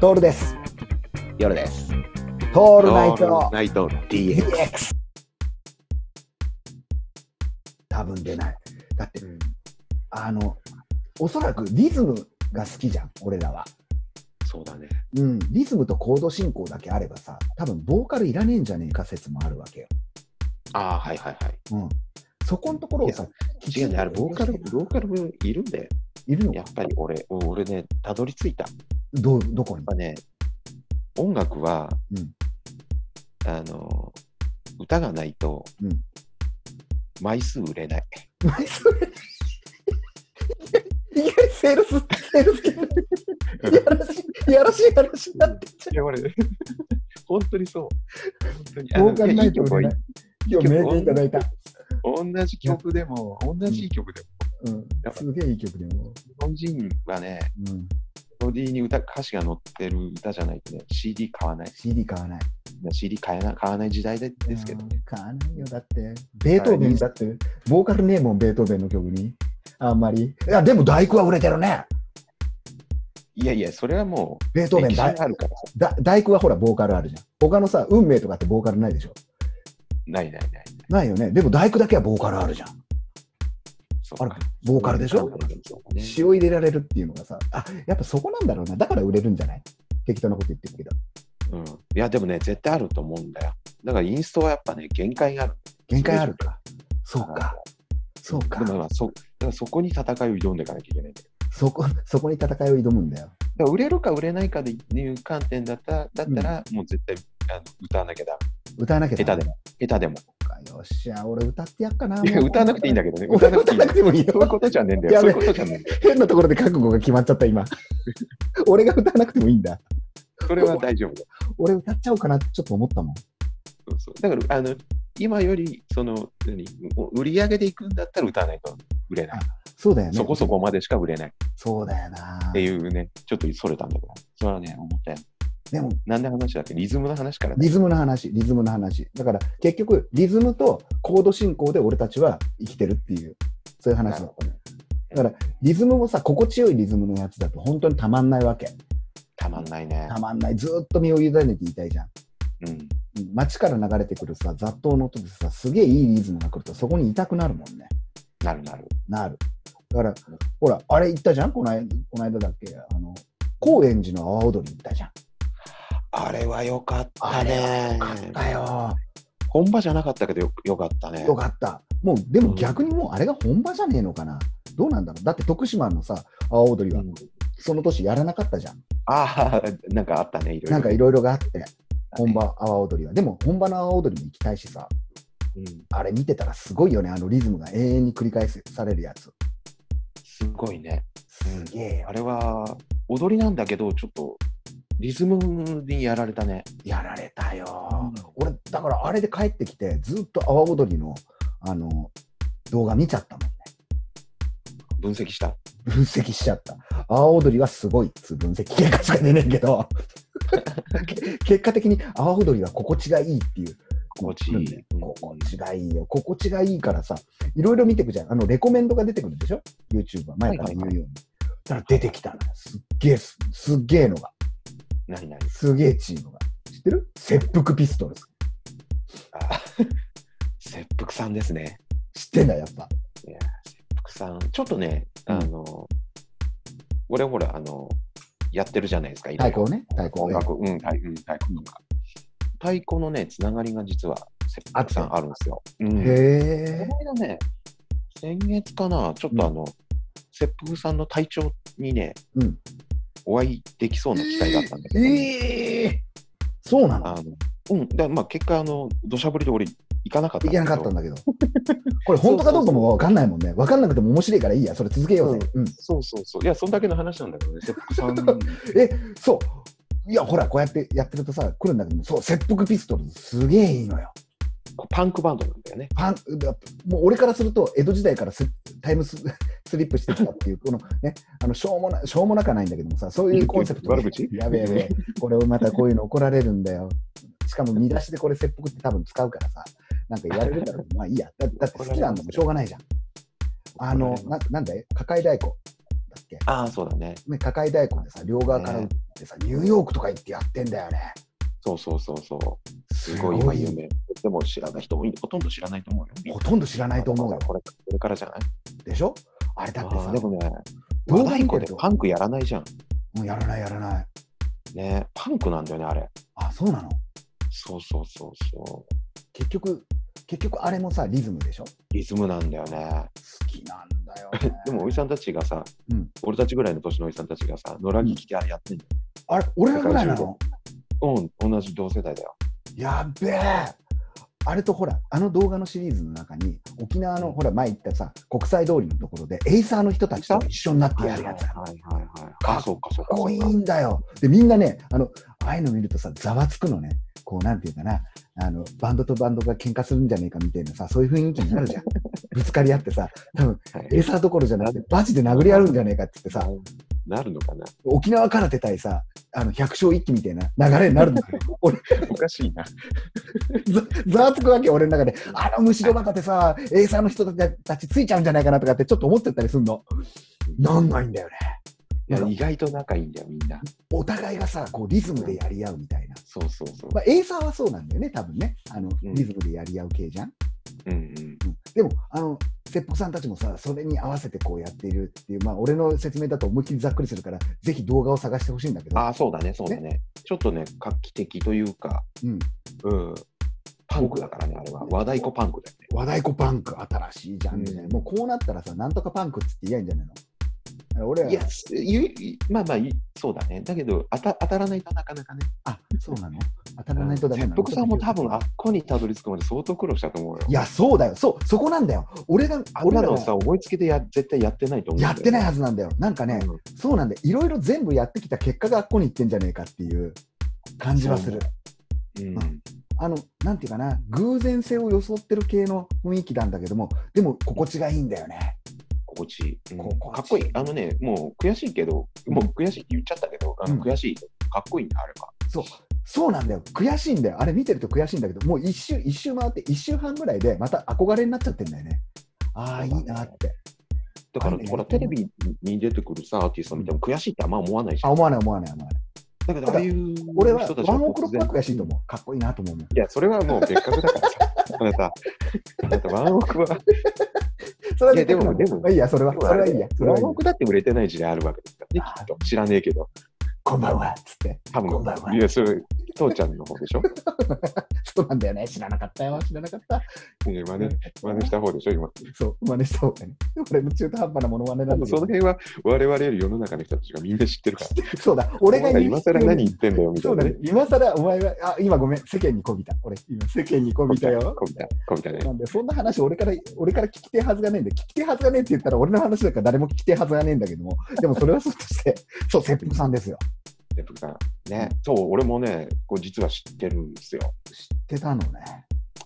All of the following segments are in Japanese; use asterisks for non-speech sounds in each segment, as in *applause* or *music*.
トールです。夜です。トオールナイトナイト DX。 DX。多分出ない。だって、あの、おそらくリズムが好きじゃん、俺らは。そうだね。うん、リズムとコード進行だけあればさ、多分ボーカルいらねえんじゃねえか説もあるわけよ。ああ、はいはいはうん。そこのところをさ、い。違うね、あれ、ボーカル、ボーカルもいるんだよ。いるのやっぱり俺、うん俺ね、たどり着いた。やっどどこにぱね、音楽は、うんあの、歌がないと、うん枚数売れない。何それ *laughs* いやいやセールス、セールス系のいやらしい、いやらしい話になってっちゃいや、俺、 *laughs* 本当にそう。本当にう。ボーカルないとあの思いいい曲今日名言いただいた。はい同じ曲でも、同じ曲でも、うん、すげえいい曲でも。日本人はね、うん、メロディーに歌歌詞が載ってる歌じゃないとね、CD 買わない。 CD 買わない。 CD 買えな買わない時代でですけどね。買わないよ、だって。ベートーベンだって、ボーカルねえもん、ベートーベンの曲に。あんまり。いや、でも大工は売れてるね。いやいや、それはもう、ベートーベン歴史がだ、あるからさだ大工はほら、ボーカルあるじゃん。他のさ、運命とかってボーカルないでしょ。ないないない。ないよね。でも大工だけはボーカルあるじゃん。そうあらボーカルでしょね詞を入れられるっていうのがさ、あ、やっぱそこなんだろうな。だから売れるんじゃない適当なこと言ってるけど。うん、いや、でもね、絶対あると思うんだよ。だからインストはやっぱね、限界がある。限界あるか。そうか。そうかで。もまあそだからそこに戦いを挑んでいかなきゃいけないんだよ。そこ、そこに戦いを挑むんだよ。だから売れるか売れないかでいう観点だっただったら、もう絶対あの歌わなきゃダ歌わなきゃメ。ダメ下手でも。下手でも。かよっしゃ、俺歌ってやっかな。いや、歌わなくていいんだけけどね。ど歌わなくて歌いいわなんだけく *laughs* てもいいど。そういうよ。ことじゃねえんだよ。やそうべいうことじゃねえんだよ。変なところで覚悟が決まっちゃった、 *laughs* 今。俺が歌わなくてもいいんだ。それは大丈夫だよ。俺歌っちゃおうかなってちょっと思ったもん。そうそうだから、あの、今より、その、何、お売り上げでいくんだったら歌わないと売れない。そうだよね。そこそこまでしか売れないっそうだよなて。いうね、ちょっとそれたんだけど、それはね、思ったよ。でも、なんで話だっけリズムの話からね。リズムの話、リズムの話。だから、結局、リズムとコード進行で俺たちは生きてるっていう、そういう話だったね。だから、リズムもさ、心地よいリズムのやつだと本当にたまんないわけ。たまんないね。たまんない。ずーっと身を委ねていたいじゃん。うん。街から流れてくるさ雑踏の音でさすげえいいリズムが来るとそこにいたくなるもんねなるなる。なるだからほらあれ行ったじゃんこの間この間だっけあの高円寺の阿波踊り行ったじゃんあれは良かったね。だよ本場じゃなかったけどよよかったね。よかったもうでも逆にもうあれが本場じゃねえのかなどうなんだろうだって徳島のさ阿波踊りはうんその年やらなかったじゃんああ、なんかあったね、いろいろ。なんかいろいろがあって本場阿波踊りはでも本場の阿波踊りも行きたいしさうんあれ見てたらすごいよねあのリズムが永遠に繰り返されるやつすごいね。すげえよあれは踊りなんだけど、ちょっとリズムにやられたね。やられたよ、俺だからあれで帰ってきてずっと阿波踊りのあの動画見ちゃったもんね分析した。分析しちゃった阿波踊りはすごいっつう分析結果しか出ねえけ *laughs* どけ結果的に阿波踊りは心地がいいっていう心地いいうん心地がいいよ心地がいいからさいろいろ見てくじゃんあのレコメンドが出てくるでしょ YouTube は前から言うように、だから出てきたのよすっげえすすっげえのが何々。すげえチームが知ってる切腹ピストルズあ切腹さんですね。知ってんだやっぱ切腹さん。ちょっとね、うんあの、俺ほら、あの、やってるじゃないですか、いろ太い鼓ろをね、太鼓を音楽、うん、太うん太鼓とか。太鼓のね、つながりが実は切腹さんあるんですよ。うんへえこ。の間ね、先月かな、ちょっとあの、切腹さんの体調にね、うんお会いできそうな機会があったんだけど、ええそうなのあのうん、だまあ結果、あの土砂降りで俺、行かなかったいんだけけなどかったんだけど。これ本当かどうかもわかんないもんね。わかんなくても面白いからいいや。それ続けようぜ。うん。そうそうそう、いや、そんだけの話なんだけどね、切腹 *laughs* さん。そう。いや、ほら、こうやってやってるとさ、来るんだけど、そう、切腹ピストルズすげえいいのよ。こうパンクバンドなんだよね。パン、だもう俺からすると、江戸時代からスタイムス *laughs* スリップしてきたっていう、このね、あの、しょうもな、しょうもなかないんだけどもさ、そういうコンセプト。悪口やべえやべえ。これをまたこういうの怒られるんだよ。しかも見出しでこれ切腹って多分使うからさ、なんか言われるから、まあいいや。だだって好きなんだもんしょうがないじゃん。あの、ななんだい、抱え太鼓。だっけ、ああ、そうだね。ね、高い大根でさ、両側から打ってさ、ニューヨークとか行ってやってんだよね。そうそうそうそう。すごい今有名。でも知らない人多い、ほとんど知らないと思うよ。ほとんど知らないと思うよ。これこれからじゃないでしょあれだってあさー、でもね、動和画見太て鼓るでと、パンクやらないじゃん。うんやらないやらない。ねパンクなんだよね、あれ。あ、そうなのそうそうそうそ結局、結局あれもさ、リズムでしょう。リズムなんだよね。。好きなんだよ、ねでも、おじさんたちがさ、うん俺たちぐらいの年のおじさんたちがさ、野良着着てやってんのあれ、俺らぐらいなのうん、同じ同世代だよ。やっべえあれとほら、あの動画のシリーズの中に、沖縄のほら、前行ったさ、国際通りのところで、エイサーの人たちと一緒になってやるやつ。かはいはいはい。かっあ、そうかそうっかそこいういか。んだよ。で、みんなね、あの、ああいうの見るとさ、ざわつくのね。こう、なんていうかな、あの、バンドとバンドが喧嘩するんじゃねえかみたいなさ、そういう雰囲気になるじゃん。ぶつかり合ってさ、多分、はいエイサーどころじゃなくて、バチで殴り合うんじゃねえかって言ってさ、なるのかな沖縄空手対さ、あの、百姓一揆みたいな流れになるんだよ。 *laughs* おかしいな。ざざわつくわけよ俺の中であの虫戸旗でさエイサーの人たちついちゃうんじゃないかなとかってちょっと思ってたりするのなんないんだよね *laughs* いや意外と仲いいんだよ、みんな。お互いがさこうリズムでやり合うみたいな、そうそうそう。まあ、エイサーはそうなんだよね多分ねあのうんリズムでやり合う系じゃん、うんうん。うんでもあの節歩さんたちもさそれに合わせてこうやっているっていうまあ俺の説明だと思いっきりざっくりするからぜひ動画を探してほしいんだけどああ、そうだね、そうだね。ちょっとね、画期的というか、うん、うん。パンクだからね、あれは。和太鼓パンクだよね。和太鼓パンク新しいジャンルじゃない、うんもうこうなったらさなんとかパンクっつって言えばいいんじゃないのあの俺らいや、すゆいまあまあ、いそうだね。だけど、あた当たらないとなかなかね。あ、そうなの当たらないとダメなの僕さんも多分、あっこにたどり着くまで相当苦労したと思うよ。いや、そうだよ。そう、そこなんだよ。俺が、あん俺ならのがさ、思いつきでや絶対やってないと思うんやだよっねてないはずなんだよ。なんかね、うんそうなんだよ。いろいろ全部やってきた結果があっこに行ってんじゃねえかっていう感じはする。うんあの、なんていうかな、偶然性を装ってる系の雰囲気なんだけども、でも心地がいいんだよね。心地いい、うん心地いいかっこいい。あのね、もう悔しいけど、もう悔しいって言っちゃったけど、あのうん悔しい。かっこいいね、あれは。そう。そうなんだよ。悔しいんだよ。あれ見てると悔しいんだけど、もう一周、一周回って、一周半ぐらいで、また憧れになっちゃってんだよね。ああ、いいなって。だから、あれねほら、テレビに出てくるさ、アーティスト見ても悔しいってあんま思わないじゃあ、ん。思わない思わない思わない。だけど、ああいう俺は人たちワンオクロックは突然悔しいと思う。かっこいいなと思うもん。いや、それはもう別格だからさ。あなた、あなたワンオクは、それはいやで別格なもでもまあいいや、それは、それはいいや。それワはいいンやオクだって売れてない時代あるわけですからね、きっと。知らねえけど、こんばんは、つって。多分こんばんはいや、それ、父ちゃんの方でしょ。そうなんだよね。知らなかったよ。知らなかった。うん真似真似した方でしょ、今。そう、真似した方がね。俺の中途半端なものまねなんだけそのど。辺は、我々より世の中の人たちがみんな知ってるから。そうだ、俺がお前今更何言ってんだよ、みたそいうだなねね。。今更お前は、あ、今ごめん、世間にこびた。俺、今、世間にこびたよ。こびた、こびたね。なんで、そんな話、俺から、俺から聞きてえはずがねえんで、聞きてえはずがねえって言ったら、俺の話だから誰も聞きてえはずがねえんだけども、でもそれはそうとして、 *laughs* そう、切腹さんですよ。デプさん。ね、そう、俺もね、こう実は知ってるんですよ。知ってたのね。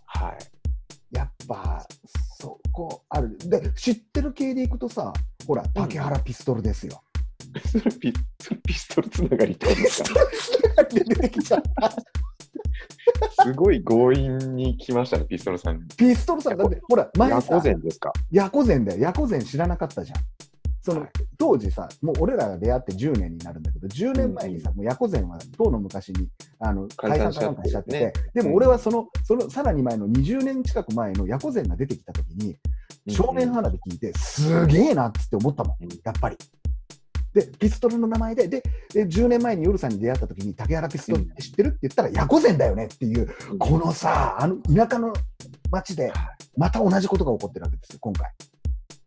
はい。やっぱそこあるで知ってる系でいくとさほら竹原ピストルですよ、それ *laughs* ピそれピストルつながりってこ *laughs* とですか出てきちゃったすごい強引に来ましたね、ピストルさん。ピストルさんだってほら前夜さ行前ですか。ヤコゼンだよヤコゼン知らなかったじゃんその、はい当時さもう俺らが出会って10年になるんだけど10年前にさ、もうヤコゼンは当の昔にあの解解散散かなんかしちゃってて、しちゃってでも俺はそのそのさらに前の20年近く前のヤコゼンが出てきた時に少年花火聞いて、すげえなっつって思ったもん、うんやっぱり。で、ピストルの名前で、で、で10年前に夜さんに出会った時に、竹原ピストルって知ってるって言ったら、ヤコゼンだよねっていう、うんこのさ、あの田舎の町で、また同じことが起こってるわけですよ、今回。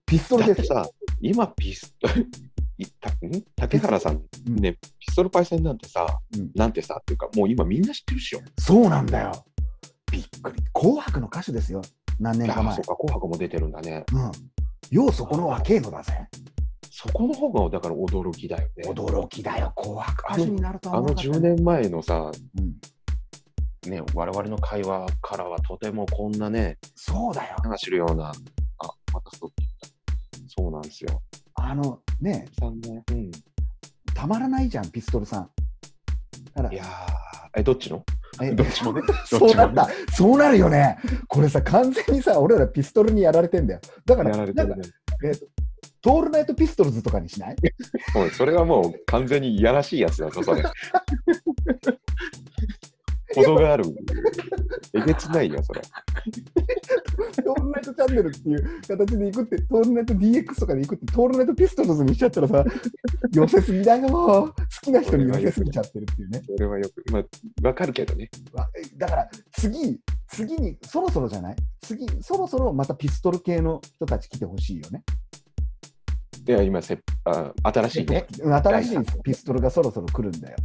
ピストルだっでてす。さ、今ピストル、 *laughs* いたん竹原さん、うんね、ピストルパイセンなんてさ、うんなんてさ、っていうか、もう今みんな知ってるっしょ。そうなんだよ。びっくり。紅白の歌手ですよ、何年かああ、前そう。か、紅白も出てるんだね。うん。ようそこの若いのだぜ。そこの方が、だから驚きだよね。驚きだよ、紅白歌手になるとはあ思わのなかった10年前のさ、うん。ね、我々の会話からはとてもこんなね、そうだよ。話してるような、あ、またストップそうなんですよ。あの、ね、さんね。うん。いたまらないじゃん、ピストルさん。だからやー、え、どっちのえどっちもね。ど *laughs* そっうちなもっね。た、そうなるよね。これさ、完全にさ、俺らピストルにやられてんだよ。だから、やられてなるんかね。トールナイトピストルズとかにしない *laughs* もうそれはもう完全にいやらしいやつだぞ、そ *laughs* れ。程がある。えげつないよ、それ。トールナイトチャンネルっていう形で行くって、トールナイト DX とかで行くって、トールナイトピストルズにしちゃったらさ、 *laughs* 寄せすぎだよ、好きな人に寄せすぎちゃってるっていうね。それはよく、まあ、わかるけどね。わだから次、次に、そろそろじゃない次、そろそろまたピストル系の人たち来てほしいよね。では今せあ、新しいね。うん新しいピストルがそろそろ来るんだよ。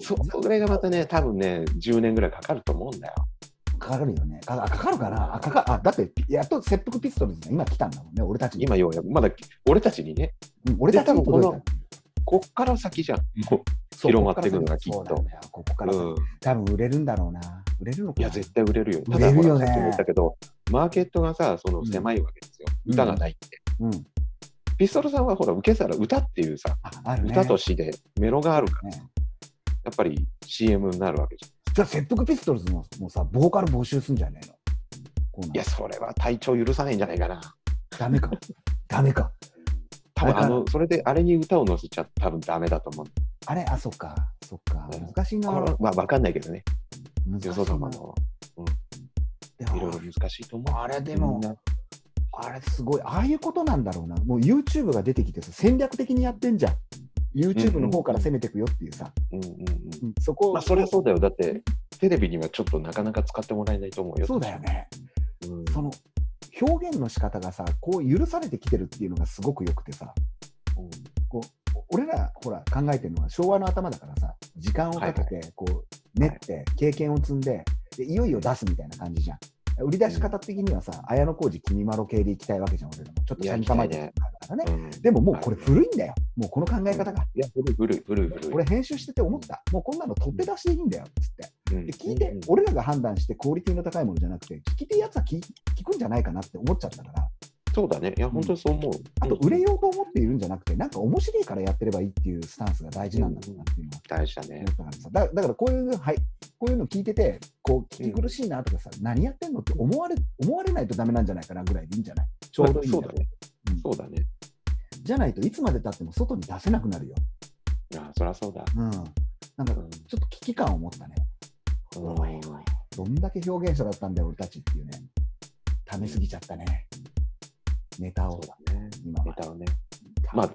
そそれがまたね、多分ね、10年ぐらいかかると思うんだよ。かかるよね。かかかるかなあかかあだって、やっと切腹ピストルズが今来たんだもんね、俺たちに。今ようやく、まだ俺たちにね、うん俺たちに届いた。こっから先じゃん。もそう広まっていくのがきっとここから先そうだよここかう、ら先うん、多分売れるんだろうな。売れるのかいなや、絶対売れるよ。た売れだ、るほよらねさっきも言ったけど、マーケットがさ、そのうん狭いわけですよ。うん歌がないって。うん。ピストルさんはほら、受け皿、歌っていうさ、あ、あるね。歌と詩でメロがあるから、ねやっぱり CM になるわけじゃん。じゃあ、切腹ピストルズももうさ、ボーカル募集すんじゃねえのこうなんいや、それは体調許さないんじゃないかな。ダ *laughs* メか。ダメか。多分あれかあの、それであれに歌を乗せちゃ多分ダメだと思う。あれ、あ、そっか。そっか。ね難しいな。これは分かんないけどね、難しいよなそ様のでいろいもろ難しいと思う。あれでもみんなあれすごい。ああいうことなんだろうな。もう YouTube が出てきてさ、戦略的にやってんじゃん。YouTube の方から攻めていくよっていうさ。うんうんうんうんそこをまあ、それはそうだよ。だって、テレビにはちょっとなかなか使ってもらえないと思うよ。そうだよね。うん。その表現の仕方がさ、こう許されてきてるっていうのがすごく良くてさ、うんこう俺らほら考えてるのは昭和の頭だからさ、時間をかけてこう練って経験を積んでで、いよいよ出すみたいな感じじゃん。売り出し方的にはさ、綾小路きみまろ系で行きたいわけじゃん、俺らも。ちょっといや車に構えてるからね。うんでももうこれ古いんだよ。もうこの考え方が。いや、古い古い古い古い。俺編集してて思った。もうこんなの取って出しでいいんだよ、つって。うんで聞いて、俺らが判断してクオリティの高いものじゃなくて、聞き手やつは聞聞くんじゃないかなって思っちゃったから、そうだね。いや、本当にそう思う。あとうん売れようと思っているんじゃなくて、なんか面白いからやってればいいっていうスタンスが大事なんだろうなっていうのは大事だね思っ。たからさ、だだからこういう、はい、こういうの聞いてて、こう聞き苦しいなとかさ、何やってんのって思われ思われないとダメなんじゃないかなぐらいでいいんじゃないちょうどいいんそだうよだね。うんそうだね。じゃないといつまでたっても外に出せなくなるよ。いや、そりゃそうだ。うん。なんかちうょんっと危機感を持ったね。おいおいどんだけ表現者だったんだよ、俺たちっていうね。ためすぎちゃったね。ネタそをう、だね。今ネは。タをね。まあ、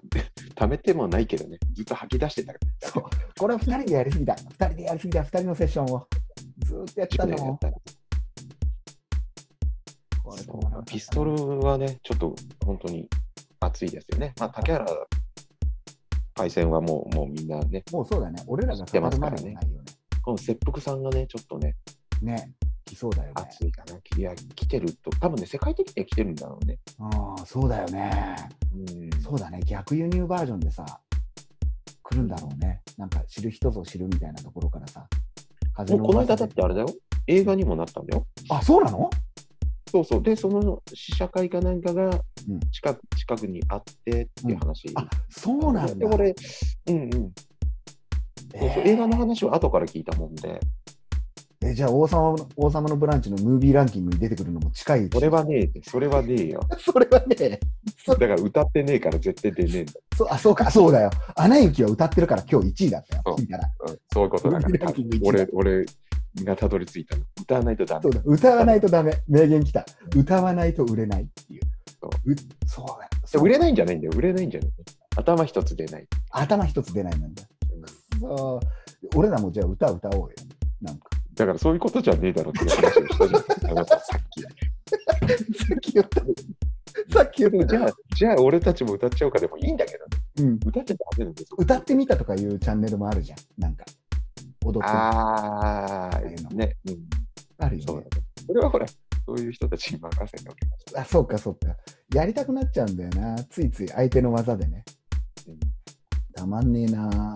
*laughs* 貯めてもないけどね。ずっと吐き出してたかそうこれは2人でやりすぎだ。2人でやりすぎだ、2人のセッションを。ずーっとやってたら。のやっも。たらこれそうピストルはね、ちょっと本当に熱いですよね。まあ、竹原パイセンはもうもうみんなね、もうそうだね。俺らが語るまでもないよね。この切腹さんがね、ちょっとね、ね。来そうだよね。熱いかな。いや、来てると、多分ね、世界的には来てるんだろうね。うん、そうだよね。うん、そうだね。逆輸入バージョンでさ、来るんだろうね。なんか知る人ぞ知るみたいなところからさ。風もうこの噂間でだってあれだよ、映画にもなったんだよ。あ、そうなのそうそう。で、その試写会かなんかがうん近く,、近くにあってっていう話。あ、そうなんで、だ。俺、うんうん、そうそうえー映画の話は後から聞いたもんで、えじゃあ王様の、王様のブランチのムービーランキングに出てくるのも近いうちそれはねえ、それはねえよ。 *laughs* それはね、だから歌ってねえから絶対出ねえんだ。そうあそうか、そうだよ。アナ雪は歌ってるから今日1位だったよ、そう聞いたら。うんそういうことだから、ランキング一位俺、俺がたどり着いたの。歌わないとダそメう。だ歌わないとダメ、名言来た。歌わないと売れないっていう。そううそうだでそう売れないんじゃないんだよ。売れないんじゃない頭一つ出ない。頭一つ出ないなんだ。そう俺らもじゃあ歌歌おうよ。なんか。だからそういうことじゃねえだろっていう話をしたじゃん。あなたさっき。 *laughs* *laughs* さっき言った。さっき言っじゃあ、じゃあ俺たちも歌っちゃおうかでもいいんだけど、ね、た。うん。歌っちゃダメなんですよ。歌ってみたとかいうチャンネルもあるじゃん。なんか。踊ってみたああ、ね。うん、あるよそうねだね。それはほら、そういう人たちに任せておきまあ、そうか、そうか。やりたくなっちゃうんだよな。ついつい相手の技でね。す。うんたまんねえな。